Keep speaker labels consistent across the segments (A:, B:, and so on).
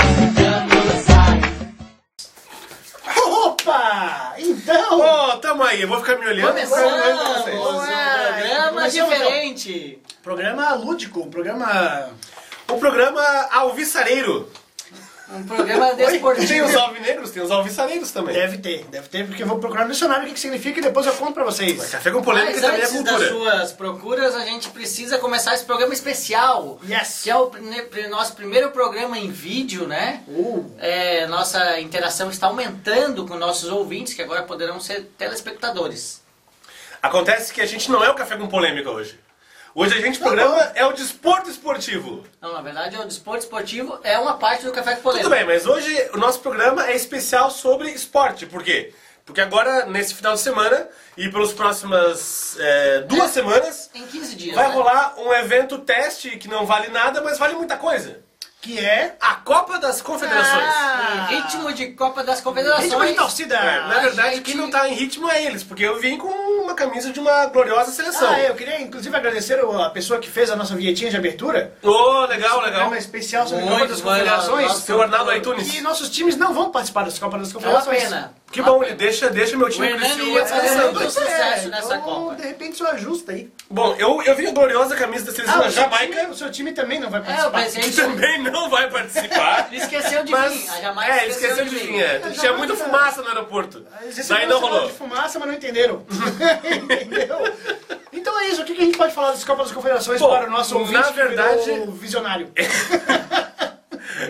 A: Começamos
B: Ué,
C: Então! mesmo pra vocês.
A: um
B: programa
A: começamos,
B: diferente.
A: ó. Programa lúdico, programa.
C: O programa Alvissareiro.
B: Um programa desportivo.
C: Tem os alvinegros, tem os alvissareiros também.
A: Deve ter, deve ter, porque eu vou procurar no dicionário o que, que significa e depois eu conto pra vocês.
C: Mas café com polêmica
B: Mas
C: também é
B: antes das
C: cultura.
B: suas procuras, a gente precisa começar esse programa especial.
A: Yes!
B: Que é o prime- pri- nosso primeiro programa em vídeo, né?
A: Uh.
B: É, nossa interação está aumentando com nossos ouvintes, que agora poderão ser telespectadores.
C: Acontece que a gente não é o café com polêmica hoje. Hoje a gente programa é o desporto esportivo.
B: Não, Então, na verdade, o desporto esportivo é uma parte do Café com Polêmica.
C: Tudo bem, mas hoje o nosso programa é especial sobre esporte. Por quê? Porque agora, nesse final de semana e pelas próximas eh, duas semanas,
B: Em 15 dias.
C: vai
B: né?
C: rolar um evento teste que não vale nada, mas vale muita coisa.
A: Que é.
C: A Copa das Confederações.
A: Ah!
B: Em ritmo de Copa das Confederações.
A: Ritmo de torcida!
C: É, na verdade,
B: gente-
C: quem não tá em ritmo é eles, porque eu vim com uma camisa de uma gloriosa seleção.
B: é
A: Ah, eu queria inclusive agradecer a pessoa que fez a nossa vinhetinha de abertura.
C: Ô, legal, legal.
A: Programa especial sobre a
B: Muito
A: Copa das
B: bom,
A: Confederações.
B: nossa.
C: Seu Arnaldo
A: E
C: Aitunes.
A: nossos times não vão participar das Copas das
B: É uma
A: Confederações.
B: pena.
C: Que
B: Uma
C: bom,
B: pena.
C: ele deixa, deixa meu
B: O
C: time
B: Hernani
C: Criciúma
B: ia fazer
C: descansando.
B: muito sucesso nessa
A: então,
B: Copa.
A: De repente isso ajusta aí.
C: Bom, eu, eu vi a gloriosa camisa da seleção da
A: Ah, o seu
C: Jamaica,
A: time- o seu time também não vai
B: Ah, É, o
A: participar.
C: que
B: presidente
C: também não vai participar.
B: esqueceu de
C: mas,
B: mim. A Jamaica
C: é, esqueceu de mim. é.
A: A
C: Tinha
A: Jamaica-
C: muita fumaça no aeroporto.
A: Eles
C: Daí
A: receberam
C: não
A: um sinal
C: rolou.
A: de fumaça, mas não entenderam. Entendeu? Então é isso. O que que a gente pode falar das Copas das Confederações
C: Bom,
A: para o nosso
C: na
A: ouvinte que
C: verdade-
A: virou visionário?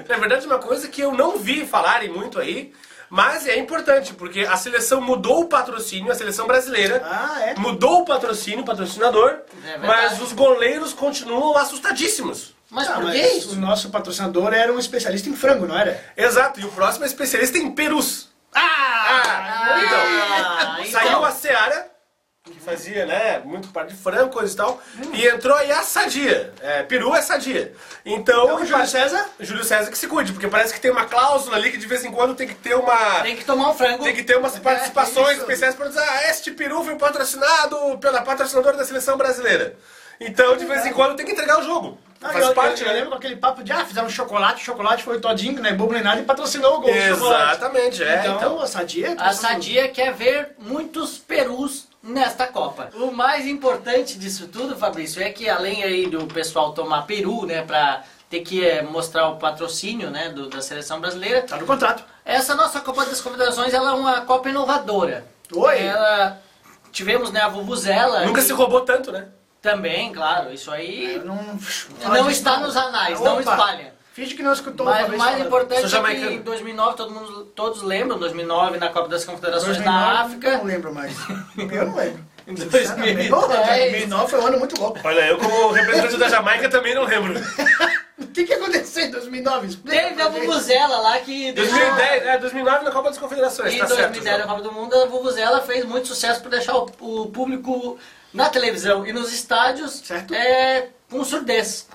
C: Na verdade, uma coisa que eu não vi falarem muito aí, mas é importante, porque a seleção mudou o patrocínio, a seleção brasileira
A: Ah, é?
C: mudou o patrocínio, o patrocinador,
B: É verdade.
C: mas os goleiros continuam assustadíssimos.
B: Mas
A: Ah,
B: por que
A: mas
B: isso?
A: o nosso patrocinador era um especialista em frango, não era?
C: Exato, e o próximo é especialista em perus.
A: Ah!
B: Ah,
C: então,
B: então.
C: saiu a Seara, que fazia, né, muito parte de frango, coisa e tal,
A: Hum.
C: e entrou aí a Sadia. É, peru é Sadia. Então,
A: Então, Júlio César?
C: Júlio César que se cuide, porque parece que tem uma cláusula ali que de vez em quando tem que ter uma...
B: Tem que tomar um frango.
C: Tem que ter umas participações
A: É, isso.
C: especiais para dizer, ah, este peru foi patrocinado pela patrocinadora da seleção brasileira. Então, de vez em quando, tem que entregar o jogo.
A: Ah,
C: Faz
A: eu,
C: parte,
A: eu, eu
C: né?
A: lembro com aquele papo de, ah, fizeram chocolate, chocolate foi o Todinho, que não é bobo nem nada, e patrocinou o gol do chocolate.
C: Exatamente, é.
A: Então,
C: Então,
A: a Sadia...
B: A Sadia quer ver muitos perus nesta Copa. O mais importante disso tudo, Fabrício, é que além aí do pessoal tomar peru, né, pra ter que eh, mostrar o patrocínio, né, do- da seleção brasileira,
A: Tá no contrato.
B: Essa nossa Copa das Confederações ela é uma Copa inovadora.
A: Oi.
B: Ela tivemos né a Vuvuzela.
C: nunca
B: e-
C: se É, roubou tanto, né?
B: Também, claro. Isso aí
A: Eu Não,
B: não, está nos anais, não
A: Opa!
B: espalha.
A: Finge que não escutou uma
B: Mas o
A: vez
B: mais
A: falando.
B: importante
C: Sou
B: é que
C: jamaicano.
B: em 2009 todo mundo, todos lembram 2009 na Copa das Confederações
A: 2009,
B: na
A: Não
B: África. É,
A: lembro mais. Eu não lembro.
B: Em
A: Sinceramente, não lembro.
B: 2010.
A: 2009 foi um ano muito louco.
C: Olha, eu como representante da Jamaica também não lembro.
A: O que, que aconteceu em 2009? Explica
B: Teve
A: pra
B: a
A: gente.
B: Vuvuzela lá que
C: 2010, é, 2009 na Copa das Confederações,
B: Em
C: tá
B: 2010 na
C: certo.
B: Copa do Mundo, a Vuvuzela fez muito sucesso por deixar o, o público na televisão e nos estádios
A: Certo.
B: É, com surdez.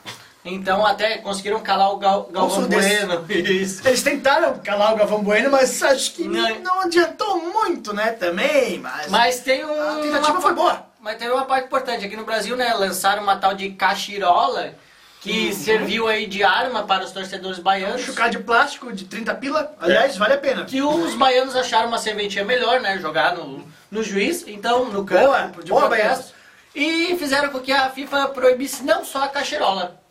B: Então até conseguiram calar o Gal, Galvão
A: surdez.
B: Bueno. Isso.
A: Eles tentaram calar o Galvão Bueno, mas acho que
B: Não.
A: não, adiantou muito, né? Também, mas.
B: Mas tem um,
A: a
B: uma
A: tentativa foi boa.
B: Mas teve uma parte importante. Aqui no Brasil, né, lançaram uma tal de cachirola que
A: Uhum.
B: serviu aí de arma para os torcedores baianos.
A: Chucar de plástico de 30 pila, aliás, vale a pena.
B: Que os baianos acharam uma serventia melhor, né? Jogar no, no juiz, então, no campo,
A: Boa,
B: de
A: boa,
B: protesto. E fizeram com que a FIFA proibisse não só a cacherola.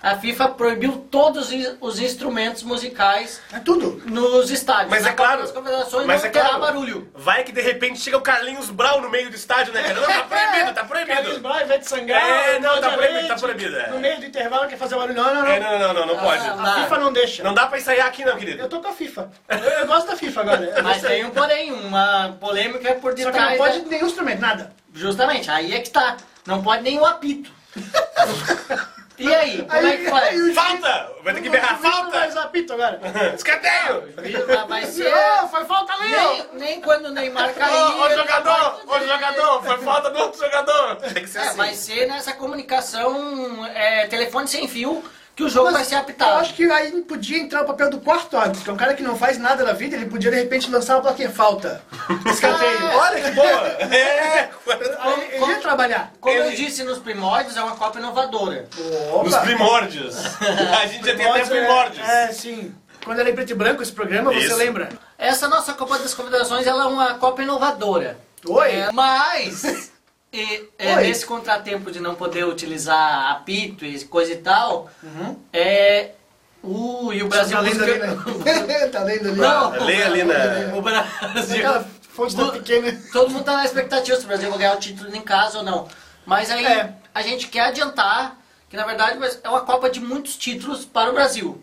B: A FIFA proibiu todos os- os instrumentos musicais
A: É tudo.
B: nos estádios.
C: Mas
B: Na
C: é
B: Copa
C: claro,
B: das Confederações
C: mas
B: não
C: é claro,
B: terá barulho.
C: vai que de repente chega o Carlinhos Brau no meio do estádio, né, cara? Não, tá proibido, tá
A: Carlinhos
C: proibido.
A: Brau, Ivete Sangalo,
C: É, não, tá
A: Cláudia
C: proibido,
A: Leite,
C: tá proibido, é.
A: No meio do intervalo quer fazer barulho. Não, não, não.
C: É, não, não, não, não
B: Ah,
C: pode.
B: não.
A: A FIFA não deixa.
C: Não dá pra ensaiar aqui não, querido.
A: Eu tô com a FIFA. Eu, eu gosto da FIFA agora. Eu
B: Mas
A: gostei.
B: tem um porém, uma polêmica por
A: Só
B: detrás.
A: que não pode
B: né?
A: nenhum instrumento, nada.
B: Justamente, aí é que tá. Não pode nem o apito. e aí, como é que faz?
A: o
C: Falta! Vai ter que berrar falta!
A: Mas apito agora.
C: Escanteio!
B: Ah, Vai ser...
A: Ô, foi falta ali, ó.
B: é. Nem, nem quando o Neymar
C: Ô,
B: cair.
C: ô,
B: ele
C: jogador!
B: não
C: Ô,
B: vai fazer.
C: jogador! Foi falta do outro jogador! Tem que ser
B: É, vai
C: assim.
B: ser nessa comunicação é, telefone sem fio que o jogo
A: Mas
B: vai ser
A: Eu
B: apitado.
A: acho que aí podia entrar o papel do quarto árbitro, que é um cara que não faz nada na vida, ele podia de repente lançar uma plaquinha falta.
B: Ah,
A: Escanteio.
C: Olha que boa! É!
A: Ele, ele ia trabalhar.
B: Como eu
C: Ele-
B: disse nos primórdios, é uma Copa inovadora.
C: Nos primórdios. A gente já tem até primórdios.
A: É, é, sim. Quando era em preto e branco esse programa, você
C: Isso.
A: lembra?
B: Essa nossa Copa das Confederações ela é uma Copa inovadora.
A: Oi.
B: É, mas E é,
A: Oi.
B: nesse contratempo de não poder utilizar apito e coisa e tal,
A: Uhum.
B: é. Uh, e o Brasil
A: tá lendo ali,
B: busca-
A: né? tá lendo ali.
B: Não.
C: Lê ali na.
B: O Brasil.
A: Aquela fonte
B: Bu-
A: tá pequena.
B: Todo mundo tá na expectativa se o Brasil vai ganhar o título em casa ou não. Mas aí
A: É.
B: a gente quer adiantar que, na verdade, é uma Copa de muitos títulos para o Brasil.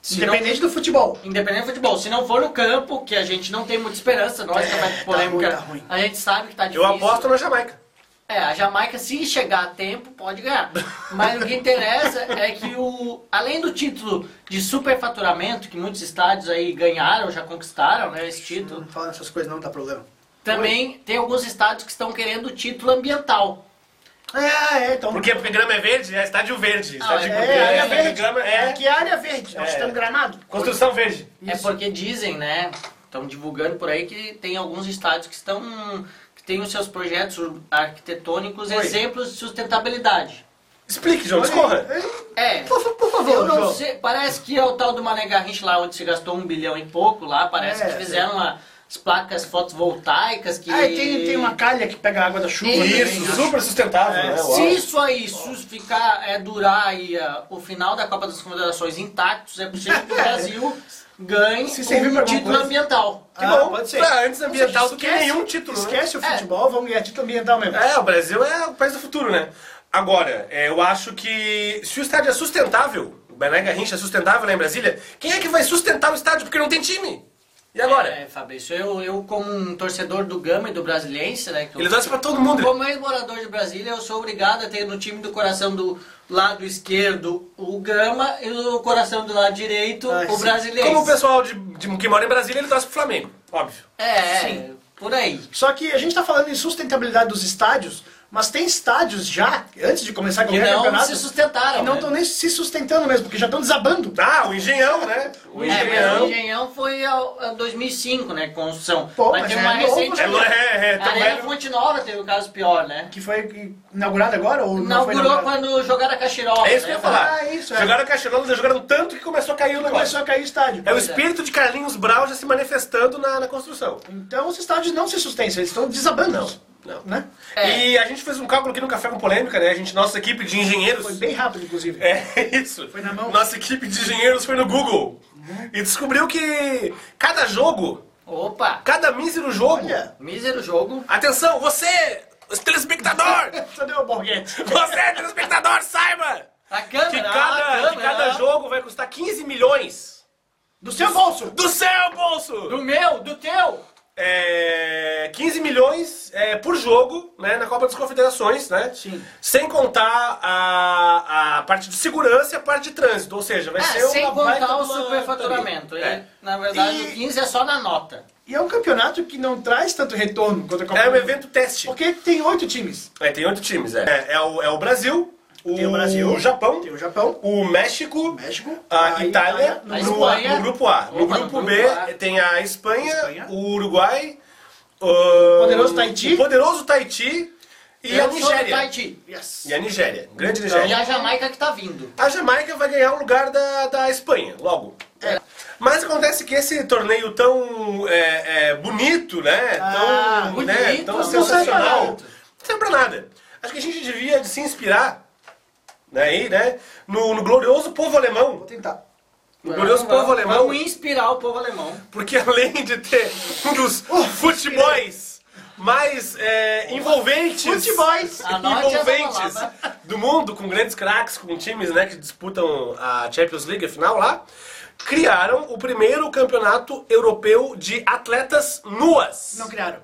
B: Se não-
A: Independente do futebol.
B: Independente do futebol. Se não for no campo, que a gente não tem muita esperança, nós também
A: tá
B: polêmica,
A: ruim, tá ruim.
B: a gente sabe que tá
C: Eu
B: difícil.
C: aposto na Jamaica.
B: É, a Jamaica, se chegar a tempo, pode ganhar. Mas o que interessa é que, o, além do título de superfaturamento, que muitos estádios aí ganharam, já conquistaram, né, esse título,
A: Não fala essas coisas, não, dá problema.
B: também tem alguns estádios que estão querendo o título ambiental.
A: É, é, então.
C: Por quê? Porque grama é verde? É estádio verde. Estádio
B: é,
C: com
A: É,
C: grama,
A: área
C: estádio
A: verde.
C: grama, é.
A: Aqui é área verde. Nós
C: É.
A: estamos gramado.
C: Construção verde.
B: É porque dizem, né? Estão divulgando por aí que tem alguns estádios que estão. que têm os seus projetos arquitetônicos
A: Oi.
B: exemplos de sustentabilidade.
C: Explique, João, discorra.
B: É.
A: Por, fa- por favor,
B: Eu não
A: João.
B: sei, parece que é o tal do Mané Garrincha lá onde se gastou um bilhão e pouco lá, parece
A: É,
B: que fizeram uma- as placas fotovoltaicas que.
A: Ah, e tem, tem uma calha que pega a água da chuva. também,
C: Isso,
A: né?
C: super sustentável,
A: É,
C: né? Uau.
B: Se isso aí se isso ficar, é, durar aí, ah, o final da Copa das Confederações intactos, é possível que o Brasil ganhe
A: Se servir pra
B: um
A: alguma
B: título
A: coisa.
B: ambiental.
C: Que
A: Ah,
C: bom,
A: pode ser.
C: Pra antes ambiental
A: Ou seja,
C: do que
A: esquece-
C: nenhum tá título, né?
A: Esquece o futebol, vamos ganhar título ambiental mesmo.
C: É, o Brasil é o país do futuro, né? Agora, é, eu acho que se o estádio é sustentável, o Bené Garrincha é sustentável lá em Brasília, quem é que vai sustentar o estádio porque não tem time? E agora?
B: É, Fabrício, eu, eu como um torcedor do Gama e do Brasiliense, né?
A: então.
B: que eu-
C: Ele torce pra todo mundo.
B: Como ex-morador de Brasília, eu sou obrigado a ter no time do coração do lado esquerdo o Gama e no coração do lado direito
A: Ah,
B: o
A: sim.
B: brasileiro.
C: Como o pessoal de, de- que mora em Brasília, ele torce pro Flamengo, óbvio.
B: É,
A: Sim.
B: por aí.
A: Só que a gente tá falando em sustentabilidade dos estádios, mas tem estádios já, antes de começar
B: Que
A: qualquer
B: não
A: campeonato,
B: se sustentaram.
A: que não
B: né?
A: estão nem se sustentando mesmo, porque já estão desabando.
C: Ah, o Engenhão, né? O
B: É, mas o
C: Engenhão.
B: Engenhão foi ao, a 2005, né? Construção.
A: Pô,
B: mas
A: mas já
B: tem uma
A: é novo,
B: recente.
C: É,
A: né?
C: é, é,
B: a
C: tão
B: Arena
C: velho.
B: Fonte Nova teve um caso pior, né?
A: Que foi inaugurado agora? Ou não foi
B: Inaugurou
A: inaugurado?
B: quando jogaram a Cachirola.
C: É isso que eu ia
B: né?
C: falar.
A: Ah, isso, é.
C: Jogaram a cachorrada, jogaram tanto que começou a cair o negócio.
A: Começou a cair o estádio.
C: É o espírito de Carlinhos Brau já se manifestando na, na construção.
A: Então os estádios não se sustentam, eles estão desabando.
C: Não.
A: Né?
B: É.
C: E a gente fez um cálculo aqui no Café com Polêmica, né? A gente, nossa equipe de engenheiros.
A: Foi bem rápido, inclusive.
C: É isso. Foi
A: na mão. Uhum.
C: Nossa equipe de engenheiros foi no Google. E descobriu que cada jogo,
B: Opa!
C: cada mísero jogo.
A: Olha,
B: Mísero jogo.
C: Atenção, você, telespectador!
A: cadê o Borghetti?
C: você, telespectador, saiba!
B: A câmera,
C: Que
B: a
C: cada,
B: câmera.
C: que cada jogo vai custar 15 milhões
A: Do seu bolso!
C: do seu bolso!
B: Do meu, do teu!
C: É, 15 milhões é, por jogo, né? Na Copa das Confederações, né?
A: Sim.
C: Sem contar a, a parte de segurança e a parte de trânsito. Ou seja, vai
B: Ah,
C: ser
B: sem
C: uma baita
B: contar o
C: uma-
B: superfaturamento.
C: É.
B: E, Na verdade,
A: E-
B: o 15 é só na nota.
A: E é um campeonato que não traz tanto retorno quanto a Copa
C: É um
A: do-
C: evento teste.
A: Porque tem oito times.
C: É, tem oito times, é. É, é o, é o Brasil, o,
A: Tem o Brasil,
C: o Japão,
A: Tem o Japão,
C: o México,
A: México,
B: Ah,
C: a, Itália,
A: no
B: a
C: no,
A: grupo A.
B: Espanha.
C: no grupo A.
B: Opa,
C: No
B: no
C: grupo
B: grupo
C: B
B: A.
C: tem a Espanha,
A: Espanha.
C: o Uruguai, o
A: poderoso Tahiti.
C: o poderoso Tahiti e
B: Eu
C: a
B: sou do
C: Nigéria. É.
B: Tahiti.
A: Yes.
C: E a Nigéria, grande
B: E
C: Nigéria.
B: a Jamaica que tá vindo.
C: A Jamaica vai ganhar o lugar da, da Espanha, logo.
A: É.
C: Mas acontece que esse torneio tão é, é, bonito, né?
A: Ah,
C: tão,
B: bonito,
C: né? tão
B: não
A: serve pra
C: sensacional.
A: nada.
C: Não serve pra nada. Acho que a gente devia se inspirar né, aí, né? No, no glorioso povo alemão.
A: Vou tentar.
C: No glorioso povo alemão.
B: Vamos inspirar o povo alemão.
C: Porque além de ter um dos futebols mais é, envolventes,
A: Futebols.
B: Anote essa
C: envolventes
B: palavra.
C: do mundo, com grandes craques, com times né, que disputam a Champions League, a final lá, criaram o primeiro campeonato europeu de atletas nuas.
A: Não criaram.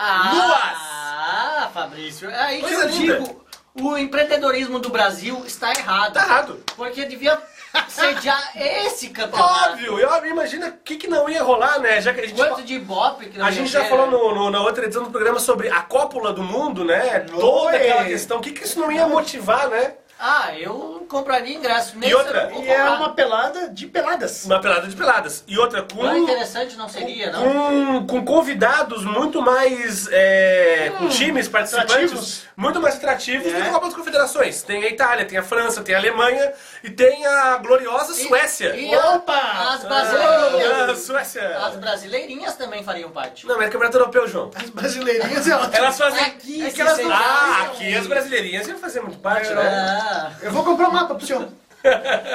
B: Ah, Fabrício. É aí que
C: Ah, Coisa
B: eu
C: linda.
B: digo, o empreendedorismo do Brasil está errado.
C: Tá errado.
B: Porque devia sediar esse campeonato.
C: Óbvio, eu imagina o que, que não ia rolar, né? Já que a gente
B: Quanto de ibope que não
C: A
B: ia
C: gente
B: ter,
C: já falou
B: né?
C: no- no- na outra edição do programa sobre a cópula do mundo, né? Toda
A: Oi.
C: aquela questão. O que, que isso não ia motivar, né?
B: Ah, eu compraria ingresso. Nem
C: E
B: se
C: outra,
B: eu vou
A: E é
B: comprar.
A: uma pelada de peladas.
C: Uma pelada de peladas. E outra, com,
B: Não é interessante não seria, não?
C: com, com convidados muito mais. é, com times participantes
A: Atrativos.
C: muito mais atrativos
A: É.
C: do que a Copa das Confederações. Tem a Itália, tem a França, tem a Alemanha e tem a gloriosa Suécia.
B: E a-
A: Opa!
B: As
C: Ah,
B: brasileirinhas.
C: Suécia!
B: As brasileirinhas também fariam parte.
C: Não, mas é campeonato europeu, João.
A: As brasileirinhas, elas...
C: Elas fazem.
B: Aqui,
C: é que elas
B: se
C: não-
B: sentar,
C: Ah,
B: não.
C: aqui E as brasileirinhas iam fazer muito parte, né?
B: Ah,
A: Eu vou comprar um mapa pro senhor.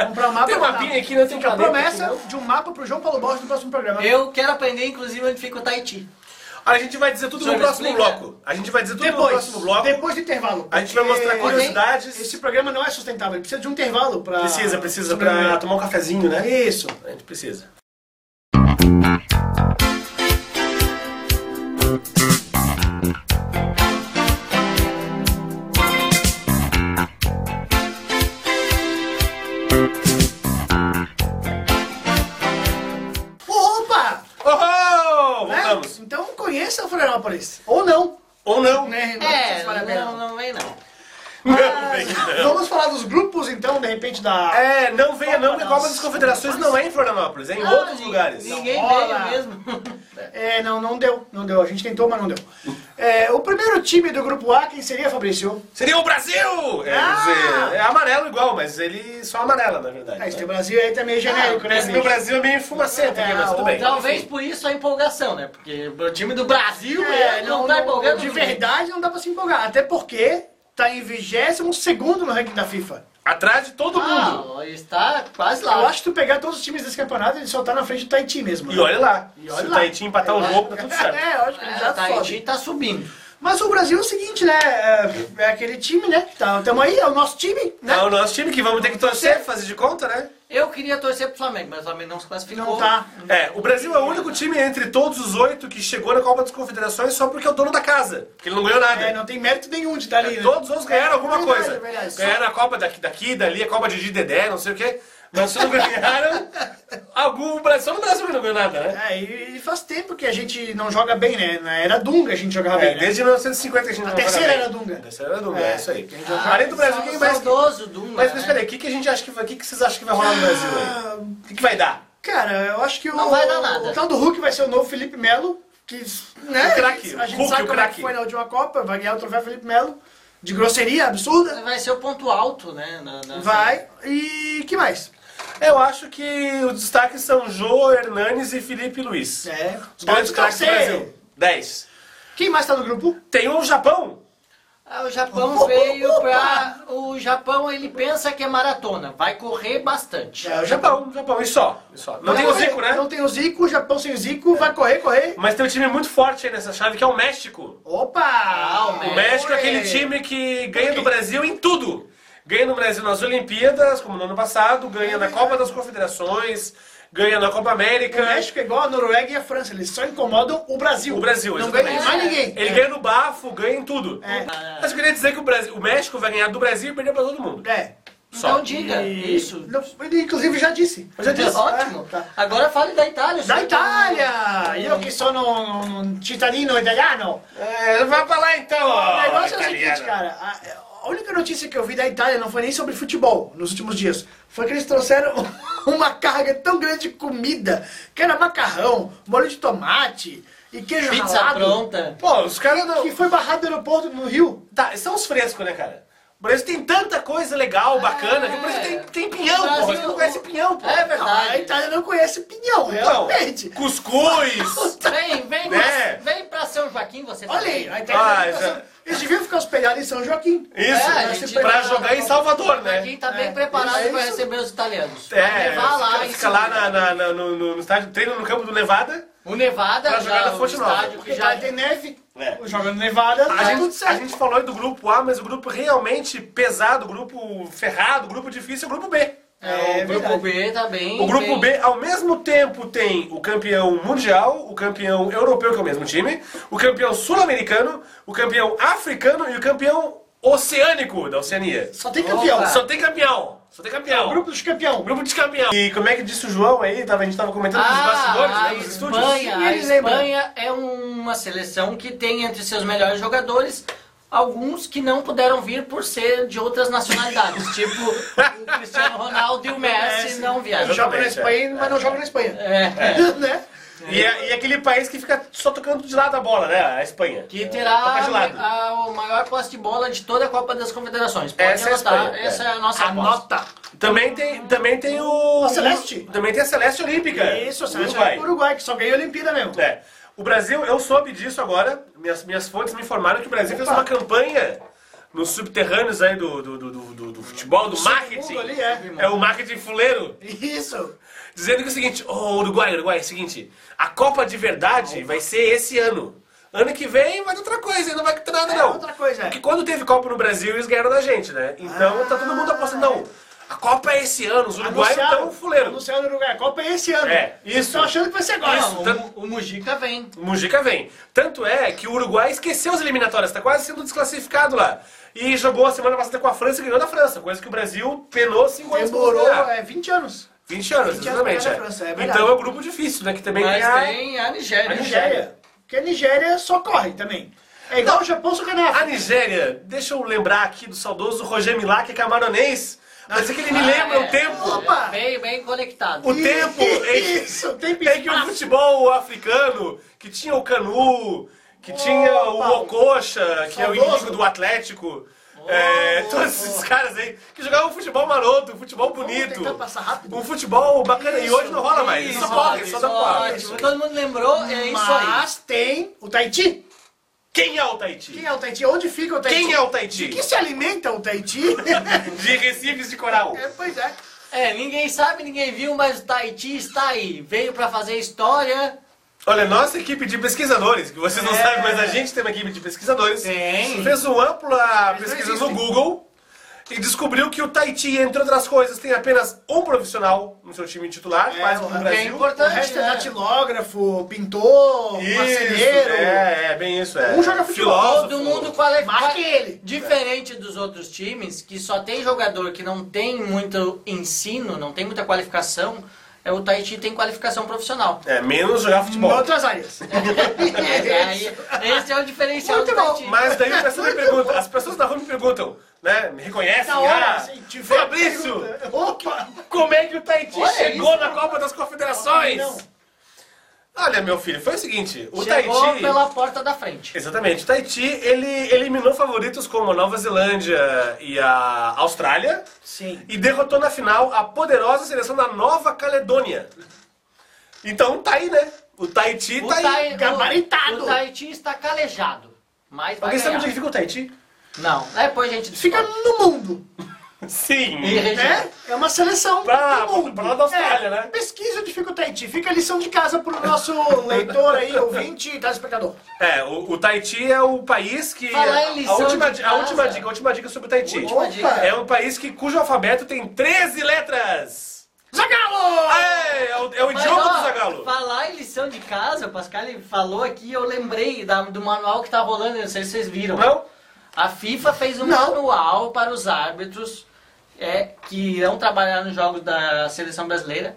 A: Comprar um mapa.
C: Tem um mapinha aqui, não tem
A: Fica a
C: planeta
A: promessa
C: aqui, não.
A: de um mapa pro João Paulo Borges no próximo programa.
B: eu quero aprender, inclusive, onde fica o Tahiti.
C: A gente vai dizer tudo
B: Senhor,
C: no próximo
B: explica.
C: bloco. A gente vai dizer tudo no
A: Depois,
C: próximo bloco.
A: depois do intervalo.
C: A gente vai
A: porque
C: mostrar curiosidades.
A: Esse programa não é sustentável, ele precisa de um intervalo pra.
C: Precisa, precisa, pra tomar um cafezinho, né?
A: Isso.
C: A gente precisa.
A: Opa!
C: Oh,
A: Né?
C: voltamos.
A: Então conheça Florianópolis. Ou não.
C: Ou não.
A: Né? Ah. Não
B: É,
A: se vale a pena.
B: não, não vem não.
C: Não, vem não.
A: Vamos falar dos grupos então, de repente, da.
C: É, não venha não, porque a Copa
A: Nossa.
C: das Confederações não é em Florianópolis, é em
B: Ah,
C: outros
B: ni-
C: lugares.
B: Ninguém
A: Não rola.
B: veio mesmo.
A: É, não, não deu. Não deu. A gente tentou, mas não deu. É, o primeiro time do grupo A, quem seria, Fabrício?
C: Seria o Brasil! É,
A: Ah!
C: quer dizer, é amarelo igual, mas ele só amarela, na verdade.
A: É, esse
C: né?
A: do Brasil aí também é genérico, né?
C: Esse do
A: bicho?
C: Brasil é meio fumacento aqui, mas tudo bem.
B: Talvez por isso a empolgação, né? Porque o time do Brasil
A: É,
B: é, não, tá empolgando.
A: de
B: ninguém.
A: verdade não dá pra se empolgar. Até porque tá em 22 segundo no ranking da FIFA.
C: Atrás de todo mundo.
B: Ah, está quase lá.
A: Eu acho que tu pegar todos os times desse campeonato, ele só tá na frente do Tahiti mesmo. né?
C: E olha lá.
A: E olha
C: Se o
A: lá.
C: Tahiti empatar um jogo, tá tudo certo.
A: É, eu acho que ele
B: É,
A: já
B: o Tahiti
A: sobe.
B: tá subindo.
A: Mas o Brasil é o seguinte, né? É, é aquele time, né? Tá, tamo aí, é o nosso time, né?
C: É o nosso time que vamos ter que torcer, fazer de conta, né?
B: Eu queria torcer pro Flamengo, mas o Flamengo não se classificou.
A: Não tá.
C: É, o Brasil é o único time entre todos os oito que chegou na Copa das Confederações só porque é o dono da casa. Porque ele não ganhou nada. É,
A: É, não tem mérito nenhum de estar ali, né? É
C: Todos os outros ganharam alguma
A: Verdade,
C: coisa.
A: verdade.
C: Ganharam a Copa daqui, daqui, dali, a Copa de Dedé, não sei o quê. Mas só não ganharam algum. Só no Brasil que não ganhou nada, né?
A: É, e e faz tempo que a gente não joga bem, né? Na era Dunga a gente jogava
C: É,
A: bem, né?
C: desde 1950 que a gente
A: A
C: não joga
A: terceira
C: bem.
A: era Dunga.
C: A terceira era Dunga,
A: É.
C: é, isso aí.
B: Ah,
C: Além do Brasil, quem mais.
B: Saudoso Dunga,
C: Mas, mas
B: né?
C: peraí, o que, que a gente acha que vai. O que, que vocês acham que vai rolar no Brasil aí? O que, que vai dar?
A: Ah, Cara, eu acho que
B: Não
A: o,
B: vai dar nada.
A: o tal do Hulk vai ser o novo Felipe Melo, que né?
C: O craque,
A: a gente
C: Hulk,
A: sabe
C: o
A: como é
C: craque.
A: que foi na última Copa, vai ganhar o troféu Felipe Melo de grosseria absurda.
B: Vai ser o ponto alto, né? na- na-
A: Vai. E que mais?
C: Eu acho que os destaques são Jô, Hernanes e Felipe Luiz.
A: É.
C: Os grandes
A: Pode
C: craques do
A: torcer.
C: Brasil. 10.
A: Quem mais tá no grupo?
C: Tem o Japão.
B: Ah, o Japão veio pra... O Japão, ele pensa que é maratona. Vai correr bastante.
A: É,
C: O Japão, o Japão, e só. E só. Não tem o Zico, né?
A: Não tem o Zico, o Japão sem o Zico, vai correr, correr.
C: Mas tem um time muito forte aí nessa chave que é o México.
A: Opa!
B: Ah, o
C: O
B: É.
C: México é aquele time que ganha do Brasil em tudo. Ganha no Brasil nas Olimpíadas, como no ano passado, ganha na Copa das Confederações, ganha na Copa
A: O
C: América.
A: México é igual a Noruega e a França, eles só incomodam o Brasil.
C: O Brasil,
A: Não
C: exatamente.
A: ganha mais ninguém. É.
C: Ele ganha no bafo, ganha em tudo. Mas eu queria dizer que o, Brasil, o México vai ganhar do Brasil e perder pra todo mundo.
A: É.
C: Só.
B: Então diga isso.
A: Não, ele, inclusive já disse.
C: Eu já disse.
B: é
C: é,
B: Ótimo.
A: Ah, tá.
B: Agora fale da Itália.
A: Da
B: senhor.
A: Itália! Io che sono un cittadino italiano.
C: É, vai pra lá então, ó.
A: o negócio é o
C: italiano.
A: seguinte, cara. A, a única notícia que eu vi da Itália não foi nem sobre futebol nos últimos dias. Foi que eles trouxeram uma carga tão grande de comida, que era macarrão, molho de tomate e queijo
B: Pizza
A: ralado,
B: pronta.
C: Pô, os caras não.
A: Que foi barrado no aeroporto no Rio.
C: Tá, são os frescos, né, cara? O Brasil tem tanta coisa
B: É.
C: legal, bacana, que o Brasil tem, tem pinhão,
B: O
C: pô.
B: Brasil-
C: Você não conhece pinhão, pô.
B: É
A: Não, Ah, a
B: verdade.
A: Itália não conhece pinhão,
C: Não,
A: realmente.
C: cuscuz.
B: Vem, vem,
C: Né?
B: pra, vem pra São Joaquim você
A: Olha aí,
B: também.
A: a Itália.
C: Ah,
A: não conhece-
C: já-
A: Eles deviam ficar hospedados em São Joaquim.
C: Isso,
B: É, a gente-
C: pra jogar em Salvador, né?
B: Joaquim tá bem
A: É,
B: preparado
A: isso é
B: pra
A: isso.
B: receber os italianos. Vai
C: É,
B: levar lá.
C: fica,
B: em
C: fica
B: cima.
C: lá na, na- na- no, no- no estádio, treino no campo do Nevada.
B: O Nevada,
C: pra jogar
B: já,
C: na
B: o
C: Fonte Nova. tá
B: estádio
A: Porque
B: que
A: já
B: já...
A: tem neve,
C: É. Ah,
A: jogando nevada,
C: A,
A: tá tudo
C: gente, a
A: certo.
C: gente falou aí do grupo A, mas o grupo realmente pesado, o grupo ferrado, o grupo difícil é o grupo B.
B: É,
A: É
B: o
A: verdade.
B: grupo B tá bem...
C: O grupo
B: bem-
C: B, ao mesmo tempo, tem o campeão mundial, o campeão europeu, que é o mesmo time, o campeão sul-americano, o campeão africano e o campeão oceânico da Oceania.
A: Só tem campeão.
B: Opa.
C: Só tem campeão! Só tem campeão!
A: Grupo dos campeão.
C: Grupo de campeão! E como é que disse o João aí? Tava, a gente tava comentando nos bastidores,
B: Ah,
C: né?
B: a
C: Nos
B: Espanha,
A: Sim,
B: a
A: ele lembra.
B: Espanha é uma seleção que tem entre seus melhores jogadores alguns que não puderam vir por ser de outras nacionalidades, tipo o Cristiano Ronaldo e o Messi não
A: Ele
B: viajam.
A: joga
C: é.
A: na Espanha, mas não joga na Espanha.
B: É,
A: Né?
C: E, é, e é aquele país que fica só tocando de lado a bola, né? A Espanha.
B: que
C: Toca de
B: terá
C: lado.
B: a, a maior posse de bola de toda a Copa das Confederações. Pode
C: Essa é a
B: anotar,
C: Espanha,
B: essa
C: é.
B: é a nossa aposta.
A: Anota.
C: Também tem, também tem o...
A: A Celeste.
C: Também tem a Celeste Olímpica.
A: Isso, você vai
C: É. Uruguai.
A: pro Uruguai, que só ganha a Olimpíada mesmo.
C: É. O Brasil, eu soube disso agora, minhas, minhas fontes me informaram que o Brasil fez
A: Opa.
C: uma campanha nos subterrâneos aí do, do, do, do- do- do futebol, do marketing.
A: submundo ali, é.
C: é o marketing fuleiro.
A: Isso.
C: Dizendo que é o seguinte, ô Uruguai, Uruguai, é o seguinte, a Copa de verdade vai ser esse ano. Ano que vem vai ter outra coisa, não vai ter nada
A: É,
C: não.
A: outra coisa, é.
C: Porque quando teve Copa no Brasil, eles ganharam da gente, né? Então
A: Ah,
C: tá todo mundo apostando, não, a Copa é esse ano, os uruguaios estão fuleiro.
A: Anunciaram o Uruguai. A Copa é esse ano.
C: É,
A: Vocês
C: isso.
A: estão achando que vai ser agora.
C: Isso,
B: Não, o,
C: tá-
B: Mu- o Mujica vem.
C: Mujica vem. Tanto é que o Uruguai esqueceu as eliminatórias, tá quase sendo desclassificado lá. E jogou a semana passada com a França e ganhou da França, coisa que o Brasil penou cinco anos pra
A: Demorou
C: ganhar.
A: é, 20 anos.
C: 20 anos,
A: 20 anos pra
C: exatamente.
A: ganhar
C: é.
A: da França, é verdade.
C: então é um grupo difícil, né? Que também
B: Mas
C: tem a-
B: tem a Nigéria.
A: A Nigéria. Porque a Nigéria só corre também. É igual o Japão, só que é na
C: A
A: África.
C: Nigéria, deixa eu lembrar aqui do saudoso Roger Milá, que é camaronês. Mas é que ele me lembra o tempo.
A: ah, Opa!
B: Bem, bem conectado.
C: O tempo em
A: Isso, o tempo
C: em que o futebol africano, que tinha o Canu, que tinha o Ococha, que é o
A: Saudoso.
C: inimigo do Atlético. é, todos esses caras aí que jogavam um futebol maroto, futebol bonito,
A: tentar passar rápido.
C: um futebol bacana. e
A: Isso,
C: hoje não rola mais,
B: Isso,
C: só corre, só dá porrada.
B: ótimo. Todo mundo lembrou, é isso aí.
A: Mas tem o Tahiti.
C: Quem é o Tahiti?
A: Quem é o Tahiti? Onde fica o Tahiti?
C: Quem é o
A: De
C: Tahiti?
A: que se alimenta o Tahiti?
C: De Recifes de Coral.
A: É, pois é.
B: É, ninguém sabe, ninguém viu, mas o Tahiti está aí. Veio pra fazer história.
C: Olha, nossa equipe de pesquisadores, que vocês não
B: É.
C: sabem, mas a gente tem uma equipe de pesquisadores.
B: Tem.
C: Fez uma ampla
A: Eles não
C: pesquisa no
A: existem.
C: Google e descobriu que o Tahiti, entre outras coisas, tem apenas um profissional no seu time titular,
A: É,
C: mais que no
A: bem
C: Brasil.
A: O
B: importante,
A: resto é
B: né?
A: datilógrafo, pintor, marceneiro.
C: é, é, bem isso, é.
A: Um joga futebol,
C: Filósofo.
B: Todo mundo qualificado.
A: Marca ele.
B: Diferente dos outros times, que só tem jogador que não tem muito ensino, não tem muita qualificação, é o Tahiti tem qualificação profissional.
C: É, menos jogar
A: Em
C: futebol.
A: outras áreas.
B: Aí, esse é o diferencial
A: Muito
B: do
A: bom,
B: Tahiti.
C: Mas daí o pessoal me pergunta, as pessoas da rua me perguntam, né? Me reconhecem?
A: Na hora,
C: ah,
A: assim, tiver
C: Fabrício,
A: pergunta. Opa!
C: como é que o Tahiti
B: Olha
C: chegou
B: isso,
C: na Copa das Confederações?
A: Não.
C: Olha, meu filho, foi o seguinte, o
B: Chegou
C: Tahiti...
B: pela porta da frente.
C: Exatamente. O Tahiti, ele eliminou favoritos como a Nova Zelândia e a Austrália
A: Sim.
C: e derrotou na final a poderosa seleção da Nova Caledônia. Então tá aí, né? O Tahiti
B: O
C: tá aí.
B: Tai- o-
A: gabaritado.
B: O Tahiti está calejado. Mas vai
C: Alguém sabe onde é
B: ganhar.
C: que fica o Tahiti?
B: Não, é, depois a gente
A: Fica
B: descobre.
A: no mundo,
C: Sim.
B: E região.
A: né? É uma seleção
C: Pra-
A: do mundo.
C: pra lá da Austrália,
A: É,
C: né?
A: Pesquisa onde fica o Tahiti. Fica a lição de casa pro nosso leitor aí, ouvinte e telespectador.
C: É, o, o Tahiti é o país que.
B: Falar em lição
C: a, última,
B: de
C: di- a última
B: casa.
C: dica, a última dica sobre o Tahiti.
B: Última dica.
C: É um país que, cujo alfabeto tem 13 letras.
A: Zagalo!
C: É, é o, é o
B: Mas,
C: idioma
B: ó,
C: do Zagalo.
B: Falar em lição de casa, o Pascal ele falou aqui, eu lembrei da- do manual que tá rolando, eu não sei se vocês viram.
C: Não?
B: A FIFA fez um
A: Não.
B: manual para os árbitros é, que irão trabalhar nos jogos da seleção brasileira.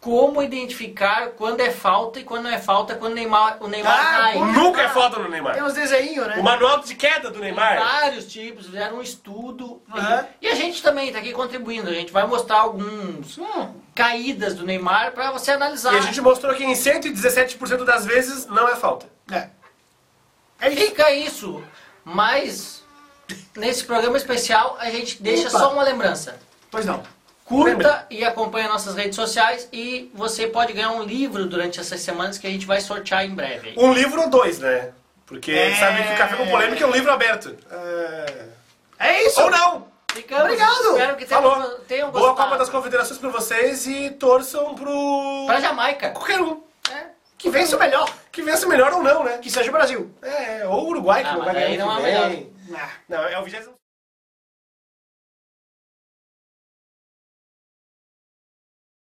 B: Como identificar quando é falta e quando não é falta, quando o Neymar, o Neymar
A: Ah,
B: cai.
A: por-
C: Nunca é falta no Neymar.
A: Tem uns desenhinhos, né?
C: O manual de queda do Neymar.
B: Vários tipos, fizeram um estudo.
A: Aham.
B: E a gente também está aqui contribuindo. A gente vai mostrar alguns
A: Hum.
B: caídas do Neymar para você analisar.
C: E a gente mostrou que em 117% das vezes não é falta.
A: É. É isso.
B: Fica isso. Mas nesse programa especial a gente deixa
A: Opa.
B: só uma lembrança.
A: Pois não.
B: Curta e acompanha nossas redes sociais e você pode ganhar um livro durante essas semanas que a gente vai sortear em breve.
C: Um livro ou dois, né? Porque
A: É.
C: sabe que o Café com Polêmica é um livro aberto. É...
A: É isso.
C: Ou não!
B: Ficamos,
A: Obrigado.
B: espero que tenham,
C: Falou!
B: tenham
C: Boa
B: gostado.
C: Copa das Confederações pra vocês e torçam pro.
B: Pra Jamaica.
C: qualquer um.
B: É.
A: Que vença o melhor.
C: Que vença melhor ou não, né?
A: Que seja o Brasil.
C: É, ou o Uruguai, que
B: Ah,
C: não
B: mas
C: vai ganhar.
B: daí
C: ano
B: não
C: que
B: é
C: vem.
A: Ah.
C: Não, é o 20.